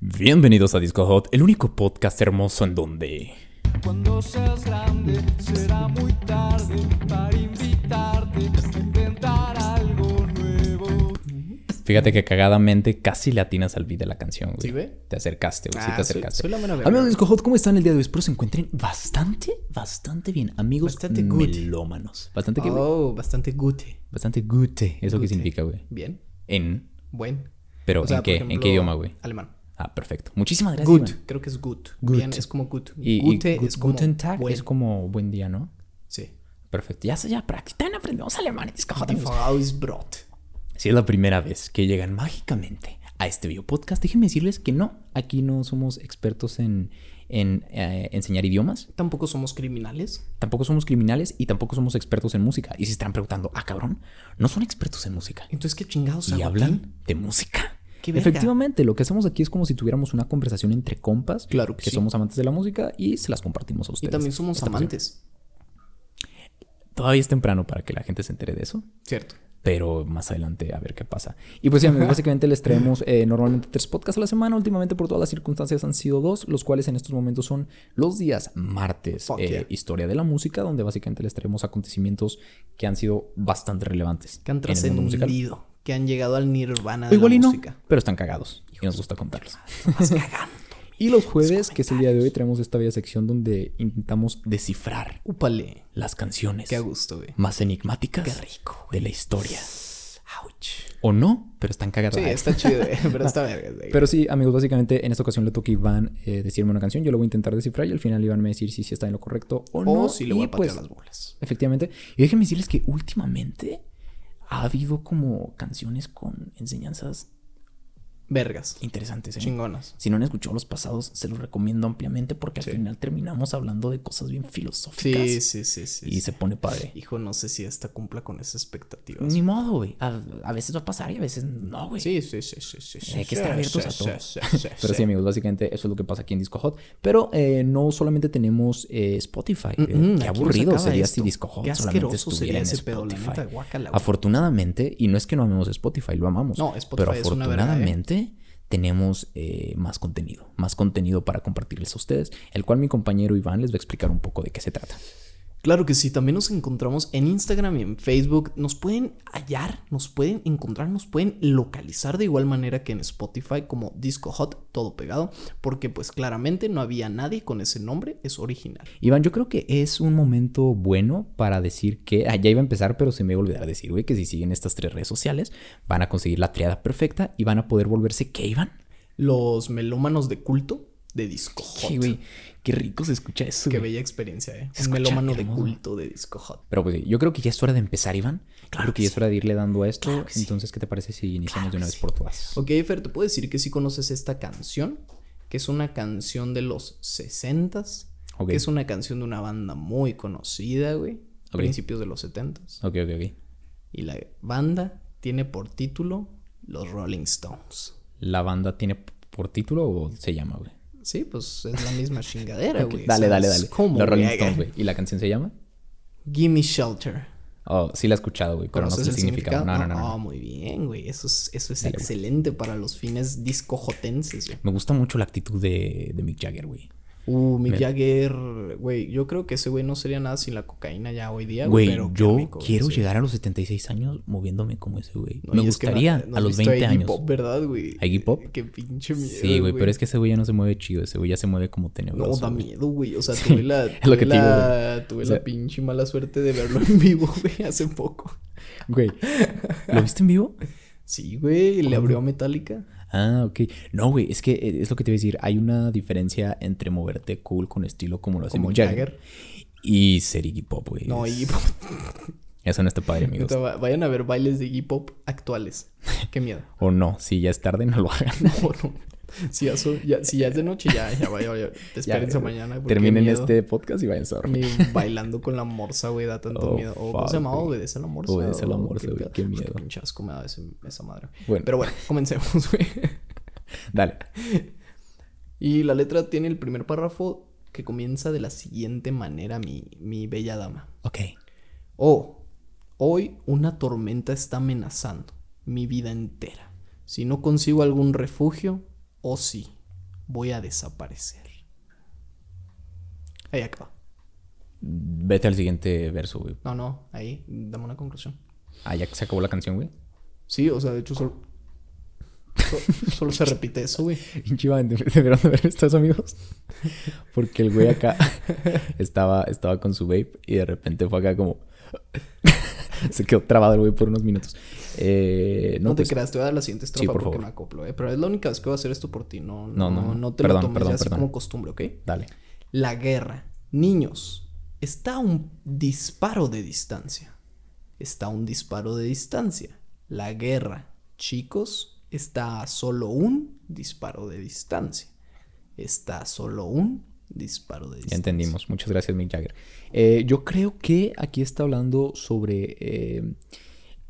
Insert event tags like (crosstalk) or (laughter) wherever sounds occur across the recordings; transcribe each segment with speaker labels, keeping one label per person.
Speaker 1: Bienvenidos a Disco Hot, el único podcast hermoso en donde.
Speaker 2: Cuando seas grande será muy tarde para invitarte a inventar algo nuevo.
Speaker 1: Fíjate que cagadamente casi latinas al beat de la canción, güey.
Speaker 3: ¿Sí, güey?
Speaker 1: Te acercaste, güey. sí,
Speaker 3: Ah,
Speaker 1: te
Speaker 3: soy-
Speaker 1: acercaste.
Speaker 3: soy la buena verga.
Speaker 1: Amigos de Disco Hot, ¿cómo están el día de hoy? Espero se encuentren bastante, bastante bien. Amigos
Speaker 3: Bastante good.
Speaker 1: melómanos. Bastante que, güey.
Speaker 3: Oh, bastante gute.
Speaker 1: Bastante gute. ¿Eso qué
Speaker 3: Gute.
Speaker 1: significa, güey?
Speaker 3: Bien,
Speaker 1: En.
Speaker 3: buen.
Speaker 1: Pero,
Speaker 3: O sea,
Speaker 1: ¿en
Speaker 3: por
Speaker 1: qué? ¿En
Speaker 3: ejemplo,
Speaker 1: qué idioma, güey?
Speaker 3: Alemán.
Speaker 1: Ah, perfecto. Muchísimas gracias.
Speaker 3: Gut,
Speaker 1: Iván.
Speaker 3: creo que es gut.
Speaker 1: Gut.
Speaker 3: Bien, es como gut.
Speaker 1: Y, y
Speaker 3: Gute
Speaker 1: gut-
Speaker 3: es como
Speaker 1: Guten Tag
Speaker 3: buen.
Speaker 1: es como buen día, ¿no?
Speaker 3: Sí.
Speaker 1: Perfecto. Ya, ya, practican, aprendemos alemán en Disco Hot,
Speaker 3: Die
Speaker 1: amigos.
Speaker 3: Frau ist Brot.
Speaker 1: Si es la primera vez que llegan mágicamente a este video podcast, déjenme decirles que no, aquí no somos expertos en, en, eh, enseñar idiomas,
Speaker 3: Tampoco somos criminales.
Speaker 1: tampoco somos criminales y tampoco somos expertos en música. Y si están preguntando, ah, cabrón, no son expertos en música.
Speaker 3: Entonces, ¿qué chingados
Speaker 1: ¿Y
Speaker 3: hago aquí?
Speaker 1: hablan de música?
Speaker 3: ¡Qué verga!
Speaker 1: Efectivamente, lo que hacemos aquí es como si tuviéramos una conversación entre compas,
Speaker 3: Claro que sí.
Speaker 1: somos amantes de la música y se las compartimos a
Speaker 3: Y
Speaker 1: ustedes.
Speaker 3: también somos
Speaker 1: Está
Speaker 3: amantes.
Speaker 1: bien. Todavía es temprano para que la gente se entere de eso.
Speaker 3: Cierto.
Speaker 1: Pero más adelante a ver qué pasa. Y pues sí,
Speaker 3: (laughs)
Speaker 1: amigos, básicamente les traemos eh, normalmente tres podcasts a la semana. Últimamente por todas las circunstancias han sido dos, los cuales en estos momentos son los días martes.
Speaker 3: Fuck
Speaker 1: eh,
Speaker 3: yeah.
Speaker 1: Historia de la música, donde básicamente les traemos acontecimientos que han sido bastante relevantes.
Speaker 3: Que han
Speaker 1: en el mundo musical.
Speaker 3: trascendido. Que han llegado al nirvana
Speaker 1: O
Speaker 3: de
Speaker 1: igual
Speaker 3: la
Speaker 1: y no,
Speaker 3: música.
Speaker 1: pero están cagados. Y nos gusta contarlos. (laughs) y los jueves, que es el día de hoy, traemos esta bella sección donde intentamos descifrar
Speaker 3: Úpale.
Speaker 1: las canciones
Speaker 3: Qué a gusto, güey.
Speaker 1: más enigmáticas
Speaker 3: Qué rico,
Speaker 1: de la historia.
Speaker 3: Ouch.
Speaker 1: O no, pero están cagadas.
Speaker 3: Sí, está chido, güey.
Speaker 1: (laughs)
Speaker 3: Pero está verga, güey.
Speaker 1: Pero sí, amigos, básicamente en esta ocasión le toca a Iván eh, decirme una canción. Yo lo voy a intentar descifrar y al final Iván me va a decir si, sí está en lo correcto o, no.
Speaker 3: O si le voy
Speaker 1: Y,
Speaker 3: a patear
Speaker 1: pues,
Speaker 3: las bolas.
Speaker 1: Efectivamente. Y déjenme decirles que últimamente ha habido como canciones con enseñanzas
Speaker 3: Vergas.
Speaker 1: interesantes. ¿eh?
Speaker 3: Chingonas.
Speaker 1: Si no han escuchado los pasados, se los recomiendo ampliamente porque al
Speaker 3: Sí.
Speaker 1: final terminamos hablando de cosas bien filosóficas.
Speaker 3: Sí, sí, sí, sí.
Speaker 1: y se pone padre.
Speaker 3: Hijo, no sé si esta cumpla con esas expectativas.
Speaker 1: Ni modo, güey. A, a veces va a pasar y a veces no, güey.
Speaker 3: Sí, sí, sí, sí, sí. sí,
Speaker 1: Hay que
Speaker 3: sí,
Speaker 1: estar abiertos
Speaker 3: sí,
Speaker 1: a
Speaker 3: sí,
Speaker 1: todo.
Speaker 3: sí, sí,
Speaker 1: (laughs) Pero
Speaker 3: sí.
Speaker 1: sí, amigos, básicamente eso es lo que pasa aquí en Disco Hot. Pero eh, no solamente tenemos eh, Spotify. eh,
Speaker 3: Mm,
Speaker 1: qué
Speaker 3: aquí nos
Speaker 1: aburrido
Speaker 3: acaba
Speaker 1: sería si
Speaker 3: esto.
Speaker 1: Disco Hot
Speaker 3: Qué
Speaker 1: solamente
Speaker 3: asqueroso
Speaker 1: estuviera
Speaker 3: sería
Speaker 1: en
Speaker 3: ese pedo, la
Speaker 1: Spotify.
Speaker 3: neta, guácala, güey.
Speaker 1: afortunadamente, y no es que no amemos Spotify, lo amamos.
Speaker 3: No, Spotify
Speaker 1: pero
Speaker 3: es una verga, ¿eh?
Speaker 1: afortunadamente tenemos eh, más contenido. Más contenido para compartirles a ustedes, el cual mi compañero Iván les va a explicar un poco de qué se trata.
Speaker 3: Claro que sí, también nos encontramos en Instagram y en Facebook. Nos pueden hallar, nos pueden encontrar, nos pueden localizar de igual manera que en Spotify como Disco Hot, todo pegado, porque pues claramente no había nadie con ese nombre, es original.
Speaker 1: Iván, yo creo que es un momento bueno para decir que. Ah, ya iba a empezar, pero se me iba a olvidar decir, güey, que si siguen estas tres redes sociales, van a conseguir la triada perfecta y van a poder volverse qué, Iván.
Speaker 3: Los melómanos de culto de Disco Hot.
Speaker 1: Qué, güey, qué rico se escucha eso.
Speaker 3: Qué
Speaker 1: güey.
Speaker 3: bella experiencia, eh.
Speaker 1: Se escucha
Speaker 3: Un melómano de
Speaker 1: hermoso.
Speaker 3: culto de Disco Hot.
Speaker 1: Pero pues sí, yo creo que ya es hora de empezar, Iván. Claro que,
Speaker 3: que
Speaker 1: ya es hora de irle dando a esto.
Speaker 3: Claro que sí.
Speaker 1: Entonces, ¿qué te parece si iniciamos
Speaker 3: Claro
Speaker 1: de una
Speaker 3: que
Speaker 1: vez
Speaker 3: sí.
Speaker 1: por todas?
Speaker 3: Ok, Fer, te puedo decir que sí conoces esta canción, que es una canción de los 60s,
Speaker 1: Ok.
Speaker 3: que es una canción de una banda muy conocida, güey,
Speaker 1: Ok.
Speaker 3: principios de los 70s.
Speaker 1: Ok, ok, ok.
Speaker 3: Y la banda tiene por título Los Rolling Stones.
Speaker 1: ¿La banda tiene p- por título o se llama, güey?
Speaker 3: Sí, pues es la
Speaker 1: (laughs)
Speaker 3: misma chingadera, güey.
Speaker 1: Dale,
Speaker 3: o sea,
Speaker 1: dale,
Speaker 3: es
Speaker 1: dale.
Speaker 3: como,
Speaker 1: Los Rolling
Speaker 3: güey,
Speaker 1: Stones, güey. ¿Y la canción se llama?
Speaker 3: Gimme Shelter.
Speaker 1: Oh, sí la he escuchado, güey, pero no sé el significado. No, no, no. no.
Speaker 3: Ah, muy bien, güey. Eso es, eso es
Speaker 1: Dale, güey. Uh,
Speaker 3: excelente para los fines discojotenses, güey.
Speaker 1: Me gusta mucho la actitud de, de Mick Jagger, güey.
Speaker 3: Uh, Mick Jagger, güey, yo creo que ese güey no sería nada sin la cocaína ya hoy día,
Speaker 1: Güey,
Speaker 3: pero qué
Speaker 1: yo
Speaker 3: rico, güey,
Speaker 1: quiero
Speaker 3: sí.
Speaker 1: llegar a los 76 años moviéndome como ese, güey.
Speaker 3: No,
Speaker 1: me
Speaker 3: y es que no-
Speaker 1: gustaría
Speaker 3: no
Speaker 1: a
Speaker 3: has
Speaker 1: los
Speaker 3: visto
Speaker 1: 20
Speaker 3: a
Speaker 1: años.
Speaker 3: Iggy Pop, ¿verdad, güey?
Speaker 1: ¿A Iggy Pop?
Speaker 3: Qué pinche miedo,
Speaker 1: Sí, güey, pero es que ese güey ya no se mueve chido. Ese güey ya se mueve como
Speaker 3: No,
Speaker 1: tenebroso.
Speaker 3: da
Speaker 1: güey.
Speaker 3: miedo,
Speaker 1: (laughs)
Speaker 3: güey. O sea, tuve la,
Speaker 1: es lo que
Speaker 3: tuve
Speaker 1: te digo,
Speaker 3: la, tuve
Speaker 1: O sea-
Speaker 3: la pinche mala suerte de verlo en vivo, (laughs) güey, hace poco.
Speaker 1: Güey, ¿lo viste en
Speaker 3: (laughs)
Speaker 1: vivo?
Speaker 3: Sí, güey, le abrió a Metallica.
Speaker 1: Ah, ok. No, güey, es que eh, es lo que te iba a decir. Hay una diferencia entre moverte cool con estilo como lo hace
Speaker 3: Como
Speaker 1: Mick Jagger,
Speaker 3: Jagger.
Speaker 1: y ser Iggy Pop, güey.
Speaker 3: No,
Speaker 1: Es-
Speaker 3: Iggy Pop.
Speaker 1: Eso no está padre, amigos.
Speaker 3: Neta, va- Vayan a ver bailes de Iggy Pop
Speaker 1: (laughs)
Speaker 3: actuales. Qué miedo. (laughs)
Speaker 1: O no, si ya es tarde, no lo hagan.
Speaker 3: No, no. Si ya, so- ya- si ya es de noche, ya, ya vaya, vaya.
Speaker 1: (laughs) Ya,
Speaker 3: Espérense mañana. porque
Speaker 1: Terminen
Speaker 3: miedo.
Speaker 1: este podcast y vayan a (laughs) dormir.
Speaker 3: Ni bailando con la morsa, güey, da tanto
Speaker 1: Oh,
Speaker 3: miedo. O, ¿Cómo
Speaker 1: fuck,
Speaker 3: se llama?
Speaker 1: güey.
Speaker 3: Obedece a la morsa.
Speaker 1: Obedece a la
Speaker 3: o
Speaker 1: morsa, güey, qué
Speaker 3: pedo.
Speaker 1: miedo.
Speaker 3: Qué pinche asco me da ese- esa madre.
Speaker 1: Bueno.
Speaker 3: Pero bueno, comencemos, (laughs) güey.
Speaker 1: Dale.
Speaker 3: Y la letra tiene el primer párrafo que comienza de la siguiente manera, mi, mi bella dama.
Speaker 1: Ok.
Speaker 3: Oh, hoy una tormenta está amenazando mi vida entera. Si no consigo algún refugio, oh sí, voy a desaparecer. Ahí acaba.
Speaker 1: Vete al siguiente verso, güey.
Speaker 3: No, no, ahí, dame una conclusión.
Speaker 1: Ah, ya que se acabó la canción, güey.
Speaker 3: Sí, o sea, de hecho solo, so- (laughs) solo se repite eso, güey.
Speaker 1: Pinchivan, deberían (laughs) de haber visto eso, amigos. Porque el güey acá (laughs) estaba, estaba con su vape y de repente fue acá como. (laughs) se quedó trabado el güey por unos minutos. Eh,
Speaker 3: No,
Speaker 1: no,
Speaker 3: te
Speaker 1: pues,
Speaker 3: creas, te voy a dar la siguiente estrofa
Speaker 1: por
Speaker 3: porque
Speaker 1: favor.
Speaker 3: me acoplo, ¿eh? Pero es la única vez que voy a hacer esto por ti, no,
Speaker 1: No, no,
Speaker 3: no, no,
Speaker 1: no.
Speaker 3: te
Speaker 1: Perdón,
Speaker 3: lo tomes
Speaker 1: perdón,
Speaker 3: ya así
Speaker 1: perdón.
Speaker 3: como costumbre, ¿ok?
Speaker 1: Dale.
Speaker 3: La guerra. Niños, está a un disparo de distancia. Está a un disparo de distancia. La guerra. Chicos, está a solo un disparo de distancia. Está a solo un disparo de distancia.
Speaker 1: Ya entendimos. Muchas gracias, Mick Jagger. Eh, yo creo que aquí está hablando sobre eh,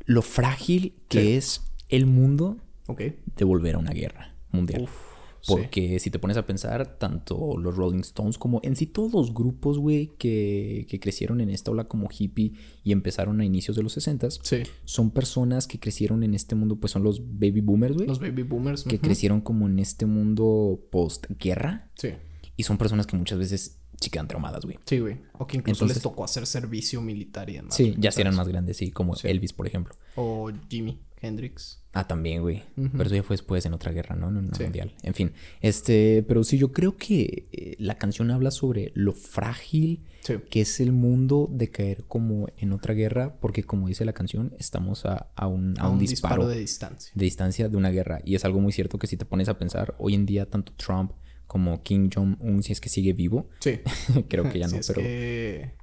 Speaker 1: lo frágil que
Speaker 3: Sí.
Speaker 1: es el mundo
Speaker 3: Ok.
Speaker 1: de volver a una guerra mundial.
Speaker 3: Uf, sí.
Speaker 1: Porque si te pones a pensar, tanto los Rolling Stones como en sí todos los grupos, güey, que, que crecieron en esta ola como hippie y empezaron a inicios de los 60
Speaker 3: Sí.
Speaker 1: son personas que crecieron en este mundo, pues son los baby boomers, güey,
Speaker 3: Los baby boomers.
Speaker 1: que
Speaker 3: ujú.
Speaker 1: crecieron como en este mundo postguerra
Speaker 3: Sí.
Speaker 1: y son personas que muchas veces sí quedan traumadas, güey.
Speaker 3: Sí, güey. O que incluso
Speaker 1: Entonces-
Speaker 3: les tocó hacer servicio militar y demás.
Speaker 1: Sí, ya
Speaker 3: ¿sabes?
Speaker 1: sí eran más grandes, sí, como
Speaker 3: Sí.
Speaker 1: Elvis, por ejemplo.
Speaker 3: O Jimi Hendrix.
Speaker 1: Ah, también, güey.
Speaker 3: Ujú.
Speaker 1: Pero eso ya fue después en otra guerra, ¿no? En una
Speaker 3: Sí.
Speaker 1: mundial. En fin. Este, pero sí, yo creo que eh, la canción habla sobre lo frágil
Speaker 3: Sí.
Speaker 1: que es el mundo de caer como en otra guerra, porque como dice la canción, estamos a, a un, a un disparo,
Speaker 3: de
Speaker 1: de...
Speaker 3: distancia.
Speaker 1: distancia de una guerra. Y es algo muy cierto que si te pones a pensar, hoy en día tanto Trump como Kim Jong-un, si es que sigue vivo, (laughs)
Speaker 3: Sí.
Speaker 1: creo
Speaker 3: (laughs)
Speaker 1: que ya
Speaker 3: Sí,
Speaker 1: no,
Speaker 3: es
Speaker 1: pero...
Speaker 3: que...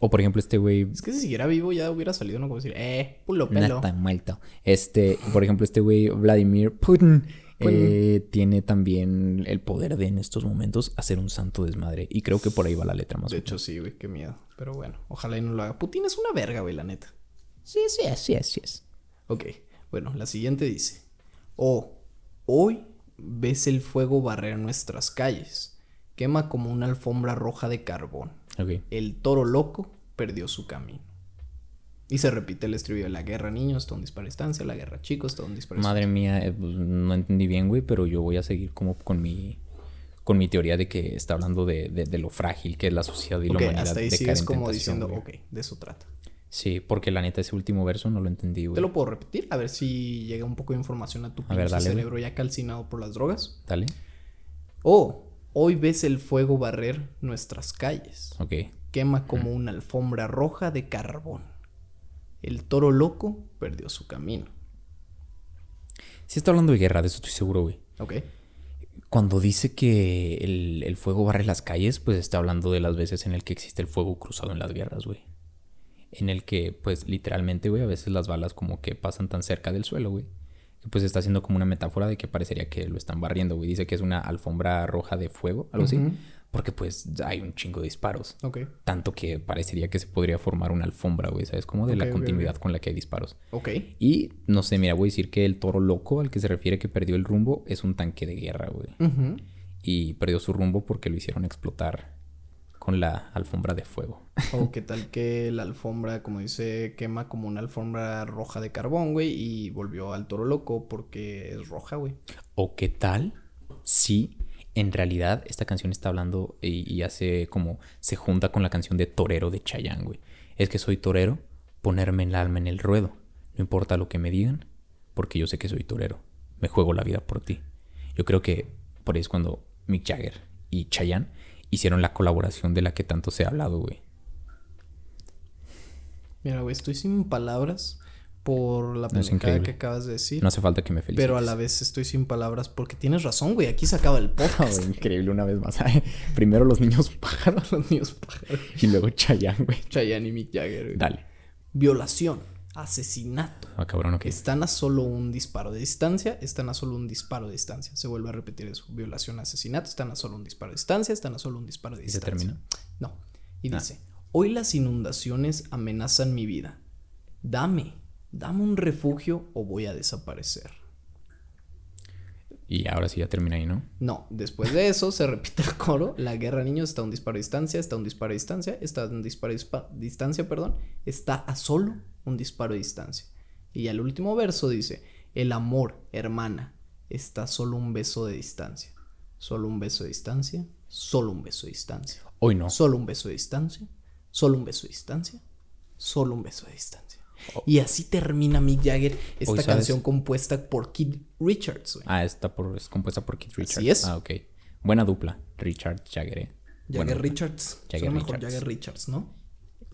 Speaker 1: O por ejemplo este güey...
Speaker 3: Es que si siguiera vivo ya hubiera salido uno como decir, eh, pulo pelo.
Speaker 1: Nata muerto. Este, por ejemplo, este güey, Vladimir Putin, eh, tiene también el poder de en estos momentos hacer un santo desmadre. Y creo que por ahí va la letra más.
Speaker 3: De hecho, sí, güey, qué miedo. Pero bueno, ojalá y no lo haga. Putin es una verga, güey, la neta.
Speaker 1: sí, sí, sí, sí es.
Speaker 3: Ok, bueno, la siguiente dice: Oh, hoy ves el fuego barrer nuestras calles. Quema como una alfombra roja de carbón.
Speaker 1: Ok.
Speaker 3: El toro loco perdió su camino. Y se repite el estribillo de la guerra, niños, está un disparo de distancia, la guerra, chicos, está un disparo de
Speaker 1: Madre mía, eh, pues, no entendí bien, güey, pero yo voy a seguir como con mi con mi teoría de que está hablando de, de- de lo frágil que es la sociedad y la
Speaker 3: distancia. Ok,
Speaker 1: humanidad.
Speaker 3: hasta ahí
Speaker 1: de
Speaker 3: sí
Speaker 1: caer
Speaker 3: es
Speaker 1: en
Speaker 3: como
Speaker 1: tentación,
Speaker 3: diciendo,
Speaker 1: güey.
Speaker 3: ok, de eso trata.
Speaker 1: Sí, porque la neta ese último verso no lo entendí,
Speaker 3: Te
Speaker 1: güey.
Speaker 3: lo puedo repetir, a ver si llega un poco de información a tu
Speaker 1: A ver,
Speaker 3: pinche
Speaker 1: dale, güey.
Speaker 3: cerebro ya calcinado por las drogas.
Speaker 1: Dale.
Speaker 3: Oh, hoy ves el fuego barrer nuestras calles.
Speaker 1: Ok.
Speaker 3: Quema como una alfombra roja de carbón. El toro loco perdió su camino.
Speaker 1: Sí está hablando de guerra, de eso estoy seguro, güey.
Speaker 3: ¿Ok?
Speaker 1: Cuando dice que el, el fuego barre las calles, pues está hablando de las veces en el que existe el fuego cruzado en las guerras, güey. En el que, pues literalmente, güey, a veces las balas como que pasan tan cerca del suelo, güey. Que pues está haciendo como una metáfora de que parecería que lo están barriendo, güey. Dice que es una alfombra roja de fuego, algo así. Porque pues hay un chingo de disparos.
Speaker 3: Ok.
Speaker 1: Tanto que parecería que se podría formar una alfombra, güey, ¿sabes? Como de
Speaker 3: Ok,
Speaker 1: la
Speaker 3: ok,
Speaker 1: continuidad con la que hay disparos.
Speaker 3: Ok.
Speaker 1: Y no sé, mira, voy a decir que el toro loco al que se refiere que perdió el rumbo es un tanque de guerra, güey
Speaker 3: Ujú.
Speaker 1: y perdió su rumbo porque lo hicieron explotar con la alfombra de fuego.
Speaker 3: O qué tal que la alfombra, como dice, quema como una alfombra roja de carbón, güey, y volvió al toro loco porque es roja, güey.
Speaker 1: ¿O qué tal si en realidad esta canción está hablando y, y hace como se junta con la canción de Torero de Chayanne, güey? Es que soy torero, ponerme el alma en el ruedo, no importa lo que me digan, porque yo sé que soy torero, me juego la vida por ti. Yo creo que por ahí es cuando Mick Jagger y Chayanne hicieron la colaboración de la que tanto se ha hablado, güey.
Speaker 3: Mira, güey, estoy sin palabras por la
Speaker 1: No, es
Speaker 3: pendejada
Speaker 1: increíble.
Speaker 3: que acabas de decir.
Speaker 1: No hace falta que me felicites.
Speaker 3: Pero a la vez estoy sin palabras porque tienes razón, güey. Aquí se acaba el
Speaker 1: (laughs) Ah,
Speaker 3: podcast.
Speaker 1: güey, increíble una vez más. (laughs) Primero los niños pájaros
Speaker 3: Los niños pájaros.
Speaker 1: y luego Chayanne, güey.
Speaker 3: Chayanne y Mick Jagger. güey.
Speaker 1: Dale.
Speaker 3: Violación, asesinato.
Speaker 1: Ah, cabrón, ok.
Speaker 3: Están a solo un disparo de distancia. Están a solo un disparo de distancia. Se vuelve a repetir eso. Violación, asesinato. Están a solo un disparo de distancia. Están a solo un disparo de
Speaker 1: ¿Y se
Speaker 3: distancia.
Speaker 1: termina?
Speaker 3: No. Y
Speaker 1: Ah.
Speaker 3: dice, hoy las inundaciones amenazan mi vida. Dame, dame un refugio o voy a desaparecer.
Speaker 1: Y ahora sí ya termina ahí, ¿no?
Speaker 3: No, después de eso se repite el coro. La guerra, niños, está a un disparo de distancia, está a un disparo de distancia, está a un disparo de dispa- distancia, perdón, está a solo un disparo de distancia. Y ya el último verso dice, el amor, hermana, está a solo un beso de distancia. Solo un beso de distancia. Solo un beso de distancia.
Speaker 1: Hoy no.
Speaker 3: Solo un beso de distancia. Solo un beso de distancia. Solo un beso de distancia. Y así termina Mick Jagger esta
Speaker 1: Oh. Hoy, ¿sabes?
Speaker 3: canción compuesta por Kid Richards. güey.
Speaker 1: Ah, está por, es compuesta por Keith Richards.
Speaker 3: es.
Speaker 1: Ah, ok. Buena dupla. Richard Jagger. eh. Buena
Speaker 3: Jagger
Speaker 1: dupla.
Speaker 3: Richards.
Speaker 1: Jagger
Speaker 3: suena mejor
Speaker 1: Richards.
Speaker 3: Jagger Richards, ¿no?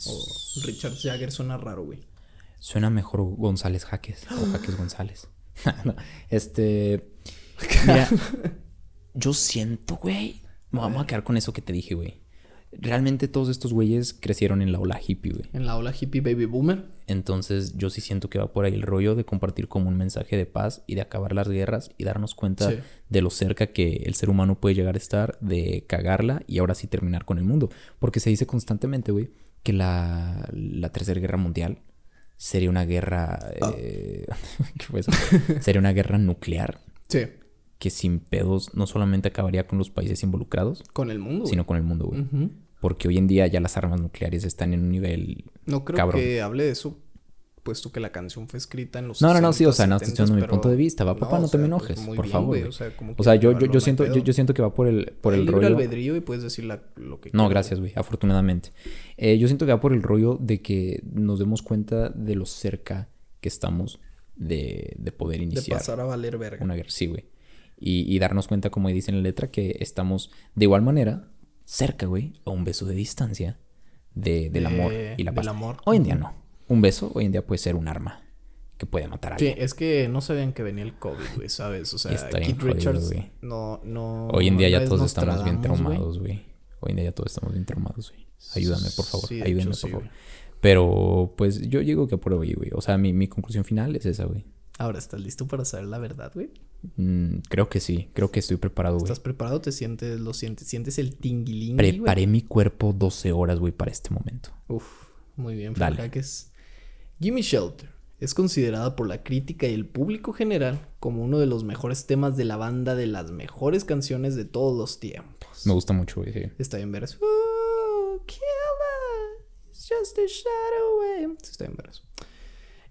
Speaker 3: O Richards Jagger suena raro, güey.
Speaker 1: Suena mejor González Jaques o Jaques
Speaker 3: (gasps)
Speaker 1: González.
Speaker 3: Ah,
Speaker 1: No, este.
Speaker 3: (laughs)
Speaker 1: Mira, yo siento, güey. Me vamos a quedar con eso que te dije, güey. Realmente todos estos güeyes crecieron en la ola hippie, güey.
Speaker 3: En la ola hippie baby boomer.
Speaker 1: Entonces, yo sí siento que va por ahí el rollo de compartir como un mensaje de paz y de acabar las guerras y darnos cuenta
Speaker 3: Sí.
Speaker 1: de lo cerca que el ser humano puede llegar a estar, de cagarla y ahora sí terminar con el mundo. Porque se dice constantemente, güey, que la, la Tercera Guerra Mundial sería una guerra. eh, (laughs) ¿qué fue eso? sería una guerra nuclear
Speaker 3: Sí,
Speaker 1: que sin pedos no solamente acabaría con los países involucrados,
Speaker 3: con el mundo. güey.
Speaker 1: sino con el mundo, güey.
Speaker 3: Ujú.
Speaker 1: Porque hoy en día ya las armas nucleares están en un nivel
Speaker 3: No creo
Speaker 1: Cabrón.
Speaker 3: que hable de eso, puesto que la canción fue escrita en los
Speaker 1: No, no, no, sí, o sea, no
Speaker 3: 60s,
Speaker 1: estoy diciendo mi
Speaker 3: pero-
Speaker 1: punto de vista, va, papá, no
Speaker 3: o
Speaker 1: te me
Speaker 3: sea,
Speaker 1: enojes,
Speaker 3: pues, muy
Speaker 1: por
Speaker 3: bien,
Speaker 1: favor.
Speaker 3: güey,
Speaker 1: güey.
Speaker 3: O sea, como
Speaker 1: O sea,
Speaker 3: que
Speaker 1: yo, yo,
Speaker 3: llevarlo
Speaker 1: yo
Speaker 3: al
Speaker 1: siento, yo,
Speaker 3: pedo.
Speaker 1: yo siento que va por el, por
Speaker 3: Hay
Speaker 1: el
Speaker 3: libre
Speaker 1: rollo.
Speaker 3: albedrío y puedes decir la- lo que
Speaker 1: No,
Speaker 3: quieras.
Speaker 1: gracias, güey, afortunadamente. Eh, yo siento que va por el rollo de que nos demos cuenta de lo cerca que estamos de, de poder
Speaker 3: De
Speaker 1: iniciar
Speaker 3: pasar a valer verga.
Speaker 1: una guerra. Sí, güey. Y, y darnos cuenta, como dice en la letra, que estamos de igual manera cerca, güey, a un beso de distancia de- del
Speaker 3: De-
Speaker 1: amor y la
Speaker 3: del
Speaker 1: paz.
Speaker 3: amor.
Speaker 1: Hoy en día no. Un beso hoy en día puede ser un arma que puede matar a alguien.
Speaker 3: Sí, es que no sabían que venía el COVID, güey, ¿sabes? O sea,
Speaker 1: Está bien
Speaker 3: Keith
Speaker 1: jodido,
Speaker 3: Richards
Speaker 1: güey.
Speaker 3: no, no...
Speaker 1: Hoy en día
Speaker 3: no
Speaker 1: ya
Speaker 3: es
Speaker 1: todos estamos bien
Speaker 3: Nostradamus, güey.
Speaker 1: traumados, güey. Hoy en día ya todos estamos bien traumados, güey. Ayúdame, por favor.
Speaker 3: Sí, de
Speaker 1: Ayúdame,
Speaker 3: hecho,
Speaker 1: por
Speaker 3: sí,
Speaker 1: favor.
Speaker 3: güey.
Speaker 1: Pero, pues, yo digo que por hoy, güey. O sea, mi, mi conclusión final es esa, güey.
Speaker 3: Ahora, ¿estás listo para saber la verdad, güey?
Speaker 1: Mm, creo que sí. Creo que estoy preparado, güey.
Speaker 3: ¿Estás preparado? ¿Te sientes, lo sientes? ¿Sientes el tinguilín, güey?
Speaker 1: Preparé mi cuerpo 12 horas, güey, para este momento.
Speaker 3: Uf, muy bien,
Speaker 1: Dale.
Speaker 3: Frank Jaques. Gimme Shelter es considerada por la crítica y el público general como uno de los mejores temas de la banda, de las mejores canciones de todos los tiempos.
Speaker 1: Me gusta mucho, güey. sí.
Speaker 3: Está bien veras. Ooh, killer, it's just a shadow away. Sí, Está bien veras.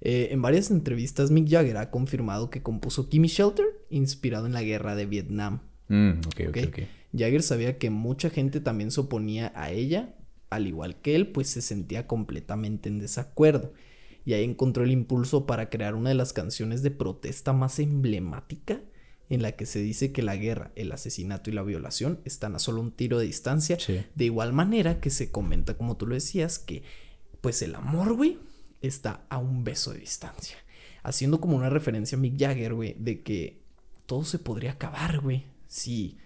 Speaker 3: Eh, en varias entrevistas, Mick Jagger ha confirmado que compuso Gimme Shelter inspirado en la guerra de Vietnam.
Speaker 1: Mm, ok, ok,
Speaker 3: Ok.
Speaker 1: ok.
Speaker 3: Jagger sabía que mucha gente también se oponía a ella, al igual que él, pues se sentía completamente en desacuerdo. Y ahí encontró el impulso para crear una de las canciones de protesta más emblemática, en la que se dice que la guerra, el asesinato y la violación están a solo un tiro de distancia.
Speaker 1: Sí.
Speaker 3: De igual manera que se comenta, como tú lo decías, que pues el amor, güey, está a un beso de distancia. Haciendo como una referencia a Mick Jagger, güey, de que todo se podría acabar, güey, si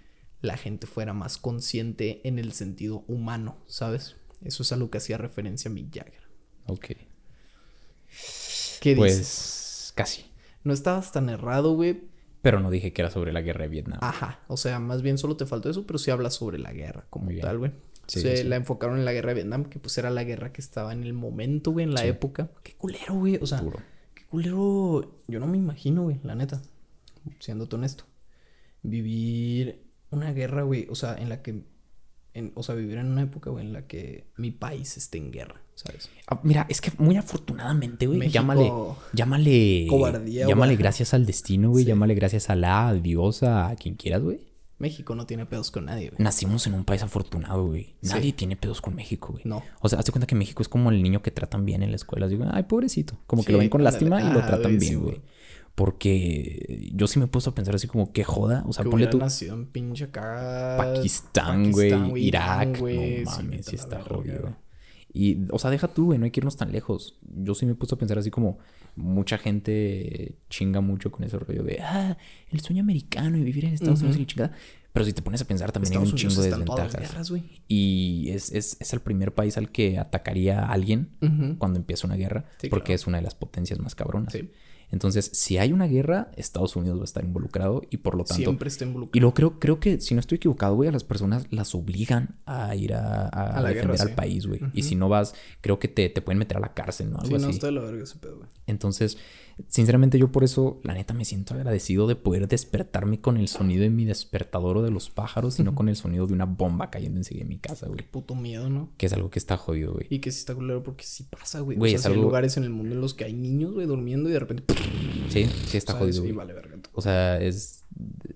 Speaker 3: la gente fuera más consciente en el sentido humano, ¿sabes? Eso es a lo que hacía referencia Mick Jagger.
Speaker 1: Ok.
Speaker 3: ¿Qué
Speaker 1: Pues,
Speaker 3: dices?
Speaker 1: casi.
Speaker 3: No estabas tan errado, güey.
Speaker 1: Pero no dije que era sobre la guerra de Vietnam.
Speaker 3: Ajá, o sea, más bien solo te faltó eso, pero sí habla sobre la guerra como
Speaker 1: Muy bien.
Speaker 3: tal, güey.
Speaker 1: Sí,
Speaker 3: se
Speaker 1: sí, sí.
Speaker 3: la enfocaron en la guerra de Vietnam, que pues era la guerra que estaba en el momento, güey, en la época. Qué culero, güey, o sea,
Speaker 1: Duro.
Speaker 3: qué culero, yo no me imagino, güey, la neta, siéndote honesto. Vivir una guerra, güey, o sea, en la que, en- o sea, vivir en una época, güey, en la que mi país esté en guerra, ¿sabes?
Speaker 1: Ah, Mira, es que muy afortunadamente, güey,
Speaker 3: México-
Speaker 1: llámale, llámale,
Speaker 3: Cobardía,
Speaker 1: llámale
Speaker 3: güey.
Speaker 1: gracias al destino, güey,
Speaker 3: Sí.
Speaker 1: llámale gracias a la diosa, a quien quieras, güey.
Speaker 3: México no tiene pedos con nadie, güey.
Speaker 1: Nacimos en un país afortunado, güey.
Speaker 3: Sí.
Speaker 1: Nadie tiene pedos con México, güey.
Speaker 3: No.
Speaker 1: O sea, hazte cuenta que México es como el niño que tratan bien en la escuela. Digo, ay, pobrecito. Como que
Speaker 3: Sí,
Speaker 1: lo ven con
Speaker 3: ándale.
Speaker 1: lástima y lo
Speaker 3: Ah,
Speaker 1: tratan
Speaker 3: güey, sí,
Speaker 1: bien,
Speaker 3: güey.
Speaker 1: güey. Porque yo sí me he puesto a pensar así como, qué joda. O sea,
Speaker 3: Que
Speaker 1: ponle
Speaker 3: hubiera
Speaker 1: tú
Speaker 3: nacido en pinche acá.
Speaker 1: Pakistán, güey,
Speaker 3: Irán,
Speaker 1: Irak.
Speaker 3: güey,
Speaker 1: no mames,
Speaker 3: vete
Speaker 1: sí
Speaker 3: a la
Speaker 1: está
Speaker 3: verga, güey.
Speaker 1: jodido. Y, o sea, deja tú, güey, no hay que irnos tan lejos. Yo sí me he puesto a pensar así como mucha gente chinga mucho con ese rollo de, ah, el sueño americano y vivir en Estados Unidos y la chingada. Pero si te pones a pensar, también
Speaker 3: Estados
Speaker 1: hay un
Speaker 3: Unidos
Speaker 1: chingo de
Speaker 3: está en todas las
Speaker 1: desventajas.
Speaker 3: guerras, güey.
Speaker 1: Y es, es, es el primer país al que atacaría a alguien
Speaker 3: Ujú.
Speaker 1: cuando empieza una guerra,
Speaker 3: Sí,
Speaker 1: porque
Speaker 3: claro.
Speaker 1: es una de las potencias más cabronas.
Speaker 3: Sí.
Speaker 1: Entonces, si hay una guerra, Estados Unidos va a estar involucrado y por lo tanto.
Speaker 3: Siempre está
Speaker 1: Y
Speaker 3: involucrado.
Speaker 1: luego creo, creo que, si no estoy equivocado, güey, a las personas las obligan a ir a, a
Speaker 3: la
Speaker 1: defender
Speaker 3: guerra,
Speaker 1: al
Speaker 3: sí.
Speaker 1: país, güey. Y si no vas, creo que te, te pueden meter a la cárcel, ¿no? Algo
Speaker 3: Sí, no,
Speaker 1: así.
Speaker 3: está de la verga ese pedo, güey.
Speaker 1: Entonces, sinceramente yo por eso, la neta, me siento agradecido de poder despertarme con el sonido de mi despertador o de los pájaros y no con el sonido de una bomba cayendo enseguida en mi casa, güey.
Speaker 3: Puto miedo, ¿no?
Speaker 1: Que es algo que está jodido, güey.
Speaker 3: Y que sí está culero porque sí pasa, güey.
Speaker 1: Güey,
Speaker 3: o sea,
Speaker 1: es
Speaker 3: sí hay
Speaker 1: algo-
Speaker 3: lugares en el mundo en los que hay niños, güey, durmiendo y de repente.
Speaker 1: Sí, sí está
Speaker 3: ¿sabes?
Speaker 1: jodido,
Speaker 3: Y
Speaker 1: güey.
Speaker 3: vale verga. todo.
Speaker 1: O sea, es...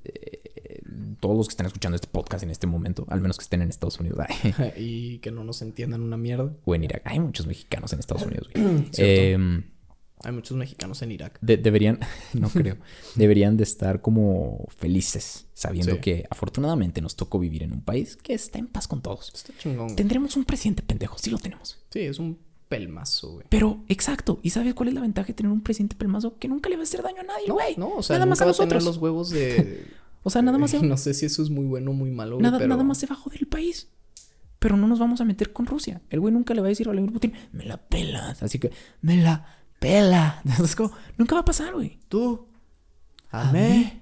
Speaker 1: eh, todos los que están escuchando este podcast en este momento, al menos que estén en Estados Unidos (laughs) ay,
Speaker 3: (laughs) y que no nos entiendan una mierda.
Speaker 1: o en Irak. Hay muchos mexicanos en Estados Unidos,
Speaker 3: (clears throat)
Speaker 1: güey. Em,
Speaker 3: Hay muchos mexicanos en Irak.
Speaker 1: de- deberían, (laughs) no creo, deberían de estar como felices, sabiendo
Speaker 3: Sí.
Speaker 1: que afortunadamente nos tocó vivir en un país que está en paz con todos.
Speaker 3: Está chingón. güey.
Speaker 1: Tendremos un presidente pendejo, sí lo tenemos.
Speaker 3: Sí, es un pelmazo, güey.
Speaker 1: Pero, exacto, ¿y sabes cuál es la ventaja de tener un presidente pelmazo? Que nunca le va a hacer daño a nadie, güey.
Speaker 3: No, o sea,
Speaker 1: nada más a
Speaker 3: nunca va tener
Speaker 1: nosotros.
Speaker 3: los huevos de.
Speaker 1: (laughs) O sea, nada
Speaker 3: (laughs)
Speaker 1: más, se-
Speaker 3: No sé si eso es muy bueno o muy malo, güey,
Speaker 1: nada,
Speaker 3: pero...
Speaker 1: nada más se va a joder el país. Pero no nos vamos a meter con Rusia. El güey nunca le va a decir a Vladimir Putin, me la pelas. Así que, me la pela. (laughs) Es como, nunca va a pasar, güey.
Speaker 3: Tú. Amé.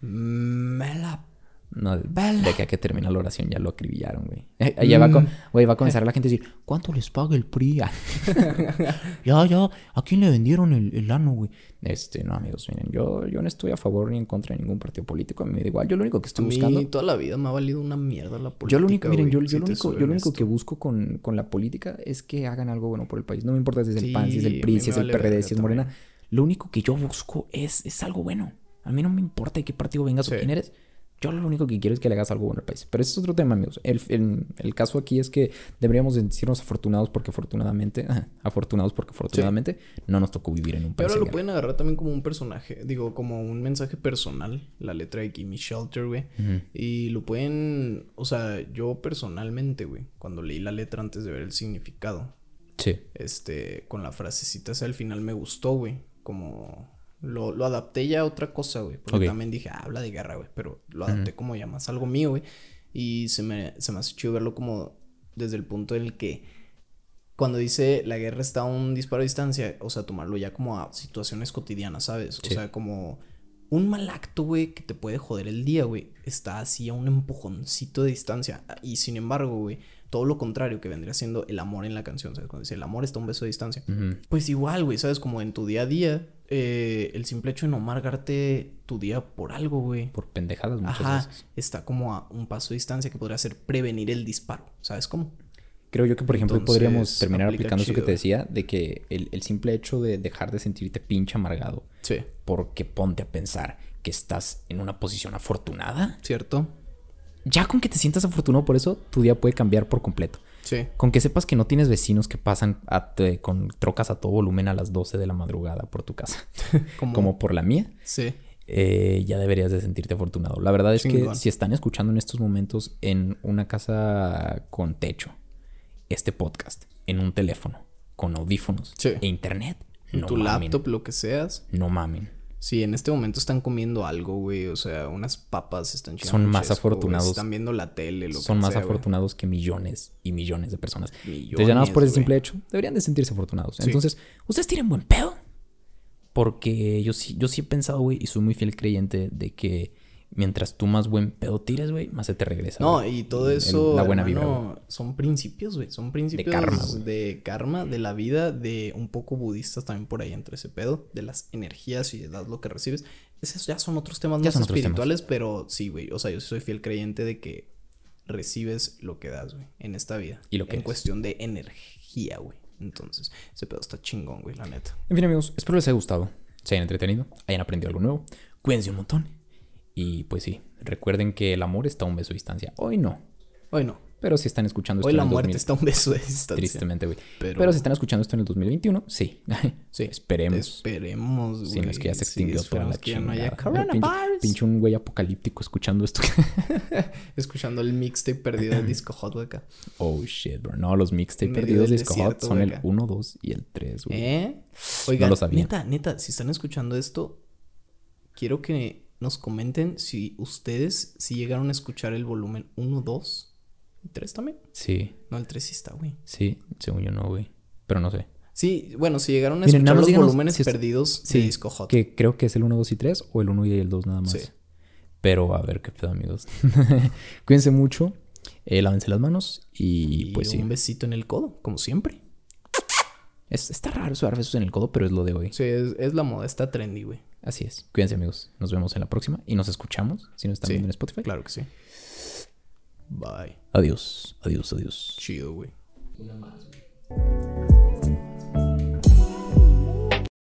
Speaker 3: Mm, Me la.
Speaker 1: No,
Speaker 3: Bala.
Speaker 1: de que a que termina la oración ya lo acribillaron, güey. Eh, Ya va, a
Speaker 3: Mm.
Speaker 1: com- güey, va a comenzar la gente a decir, ¿cuánto les paga el PRI? Ah.
Speaker 3: (laughs)
Speaker 1: ya, ya, ¿a quién le vendieron el, el ano, güey? Este, no, amigos, miren, yo, yo no estoy a favor ni en contra de ningún partido político. A mí me da igual, yo lo único que
Speaker 3: A
Speaker 1: estoy
Speaker 3: mí
Speaker 1: buscando...
Speaker 3: toda la vida me ha valido una mierda la política.
Speaker 1: Yo lo único, miren,
Speaker 3: güey,
Speaker 1: yo,
Speaker 3: si
Speaker 1: yo lo
Speaker 3: te
Speaker 1: único,
Speaker 3: soy
Speaker 1: yo lo único
Speaker 3: honesto.
Speaker 1: que busco con, con la política es que hagan algo bueno por el país. No me importa si es el PAN, si es
Speaker 3: Sí,
Speaker 1: el
Speaker 3: a
Speaker 1: PRI,
Speaker 3: mí
Speaker 1: si
Speaker 3: me
Speaker 1: es el
Speaker 3: vale
Speaker 1: PRD,
Speaker 3: verga
Speaker 1: si es Morena. Lo único que yo busco es, es algo bueno. A mí no me importa de qué partido vengas
Speaker 3: Sí.
Speaker 1: o quién eres. Yo lo único que quiero es que le hagas algo bueno al país. Pero ese es otro tema, amigos. El, el- el caso aquí es que deberíamos decirnos afortunados porque afortunadamente, (laughs) afortunados porque afortunadamente no nos tocó vivir en un país.
Speaker 3: Pero ahora
Speaker 1: en
Speaker 3: lo
Speaker 1: guerra.
Speaker 3: pueden agarrar también como un personaje, digo, como un mensaje personal, la letra de Gimme Shelter, güey. Y lo pueden, o sea, yo personalmente, güey, cuando leí la letra antes de ver el significado,
Speaker 1: Sí.
Speaker 3: este, con la frasecita esa al final me gustó, güey. Como lo, lo adapté ya a otra cosa, güey.
Speaker 1: Ok.
Speaker 3: Porque también dije, ah, habla de guerra, güey. Pero lo adapté como ya más algo mío, güey. Y se me, se me hace chido verlo como desde el punto en el que cuando dice la guerra está a un disparo de distancia, o sea, tomarlo ya como a situaciones cotidianas, ¿sabes? O
Speaker 1: Sí.
Speaker 3: sea, como un mal acto, güey, que te puede joder el día, güey, está así a un empujoncito de distancia. Y sin embargo, güey, todo lo contrario que vendría siendo el amor en la canción, ¿sabes? Cuando dice el amor está a un beso de distancia.
Speaker 1: Ujú.
Speaker 3: Pues igual, güey, ¿sabes? Como en tu día a día, eh, el simple hecho de no marcarte tu día por algo, güey.
Speaker 1: Por pendejadas muchas
Speaker 3: Ajá,
Speaker 1: veces.
Speaker 3: está como a un paso de distancia que podría ser prevenir el disparo, ¿sabes cómo?
Speaker 1: Creo yo que, por ejemplo,
Speaker 3: Entonces,
Speaker 1: podríamos terminar
Speaker 3: aplica
Speaker 1: aplicando eso que
Speaker 3: chido.
Speaker 1: te decía, de que el, el simple hecho de dejar de sentirte pinche amargado,
Speaker 3: Sí.
Speaker 1: porque ponte a pensar que estás en una posición afortunada,
Speaker 3: ¿Cierto?
Speaker 1: ya con que te sientas afortunado por eso, tu día puede cambiar por completo.
Speaker 3: Sí.
Speaker 1: Con que sepas que no tienes vecinos que pasan a- te- con trocas a todo volumen a las 12 de la madrugada por tu casa, (laughs)
Speaker 3: Como,
Speaker 1: como por la mía,
Speaker 3: Sí.
Speaker 1: eh, ya deberías de sentirte afortunado. La verdad es
Speaker 3: Chingón.
Speaker 1: que si están escuchando en estos momentos en una casa con techo, este podcast, en un teléfono, con audífonos
Speaker 3: Sí.
Speaker 1: e internet,
Speaker 3: En
Speaker 1: no
Speaker 3: tu
Speaker 1: mamen.
Speaker 3: laptop, lo que seas.
Speaker 1: No mamen.
Speaker 3: Sí, en este momento están comiendo algo, güey. O sea, unas papas están chingando
Speaker 1: Son
Speaker 3: un
Speaker 1: más
Speaker 3: chesco, güey,
Speaker 1: afortunados.
Speaker 3: Están viendo la tele, lo que
Speaker 1: Son más
Speaker 3: sea, güey.
Speaker 1: afortunados que millones y millones de personas. Entonces, ya nada
Speaker 3: Millones,
Speaker 1: más por el
Speaker 3: güey.
Speaker 1: simple hecho, deberían de sentirse afortunados. Entonces, ustedes tienen buen pedo. Porque yo sí, yo sí he pensado, güey, y soy muy fiel creyente de que mientras tú más buen pedo tires, güey, más se te regresa.
Speaker 3: No,
Speaker 1: güey.
Speaker 3: y todo
Speaker 1: El-
Speaker 3: eso.
Speaker 1: la buena vibra,
Speaker 3: hermano,
Speaker 1: güey.
Speaker 3: Son principios, güey. Son principios de
Speaker 1: karma,
Speaker 3: karma,
Speaker 1: güey.
Speaker 3: de la vida, de un poco budistas también por ahí entre ese pedo, de las energías y de dar lo que recibes. Esos ya son otros temas
Speaker 1: Ya
Speaker 3: más
Speaker 1: son otros
Speaker 3: espirituales, pero sí, güey. O sea, yo sí soy fiel creyente de que recibes lo que das, güey, en esta vida.
Speaker 1: Y lo que
Speaker 3: En
Speaker 1: eres.
Speaker 3: cuestión de energía, güey. Entonces, ese pedo está chingón, güey, la neta.
Speaker 1: En fin, amigos, espero les haya gustado, se hayan entretenido, hayan aprendido algo nuevo. Cuídense un montón. Y pues sí, recuerden que el amor está a un beso de distancia. Hoy no,
Speaker 3: Bueno,
Speaker 1: pero si están escuchando esto
Speaker 3: hoy
Speaker 1: en
Speaker 3: la
Speaker 1: el
Speaker 3: muerte
Speaker 1: 2000,
Speaker 3: está a un beso de distancia.
Speaker 1: tristemente, güey. Pero...
Speaker 3: pero-
Speaker 1: si están escuchando esto en el 2021, sí. (laughs)
Speaker 3: Sí,
Speaker 1: esperemos.
Speaker 3: Esperemos, güey.
Speaker 1: Si no es que ya se
Speaker 3: Sí,
Speaker 1: extinguió toda la
Speaker 3: esperemos que ya no
Speaker 1: chingada.
Speaker 3: haya
Speaker 1: pinche,
Speaker 3: coronavirus.
Speaker 1: pinche un güey apocalíptico escuchando esto. (laughs)
Speaker 3: Escuchando el mixtape perdido de Disco Hot güey, acá.
Speaker 1: oh shit, bro. No, los mixtape
Speaker 3: En medio
Speaker 1: perdidos de
Speaker 3: del
Speaker 1: Disco Hot
Speaker 3: desierto,
Speaker 1: son el
Speaker 3: verga.
Speaker 1: 1, 2 y el 3, güey.
Speaker 3: ¿Eh? Oigan,
Speaker 1: lo sabía.
Speaker 3: neta, neta, si están escuchando esto, quiero que nos comenten si ustedes si llegaron a escuchar el volumen 1, 2 y 3 también.
Speaker 1: Sí,
Speaker 3: No, el 3 sí está, güey.
Speaker 1: sí, según yo no, güey. Pero no sé.
Speaker 3: Sí, bueno, si llegaron a
Speaker 1: Miren, nada
Speaker 3: escuchar
Speaker 1: más
Speaker 3: los
Speaker 1: díganos
Speaker 3: volúmenes
Speaker 1: si es-
Speaker 3: perdidos
Speaker 1: Sí,
Speaker 3: de Disco Hot.
Speaker 1: que creo que es el 1, 2 y 3 o el 1 y el 2 nada más.
Speaker 3: Sí.
Speaker 1: Pero a ver qué pedo, amigos. (laughs) Cuídense mucho, eh, lávense las manos y,
Speaker 3: Y
Speaker 1: pues sí.
Speaker 3: un besito en el codo, como siempre.
Speaker 1: Es- está raro usar besos en el codo, pero es lo de hoy.
Speaker 3: Sí, es, es la moda, está trendy, güey.
Speaker 1: Así es. Cuídense, amigos. Nos vemos en la próxima y nos escuchamos si nos están
Speaker 3: Sí,
Speaker 1: viendo en Spotify.
Speaker 3: Claro que sí. Bye.
Speaker 1: Adiós, adiós, adiós.
Speaker 3: Chido, güey.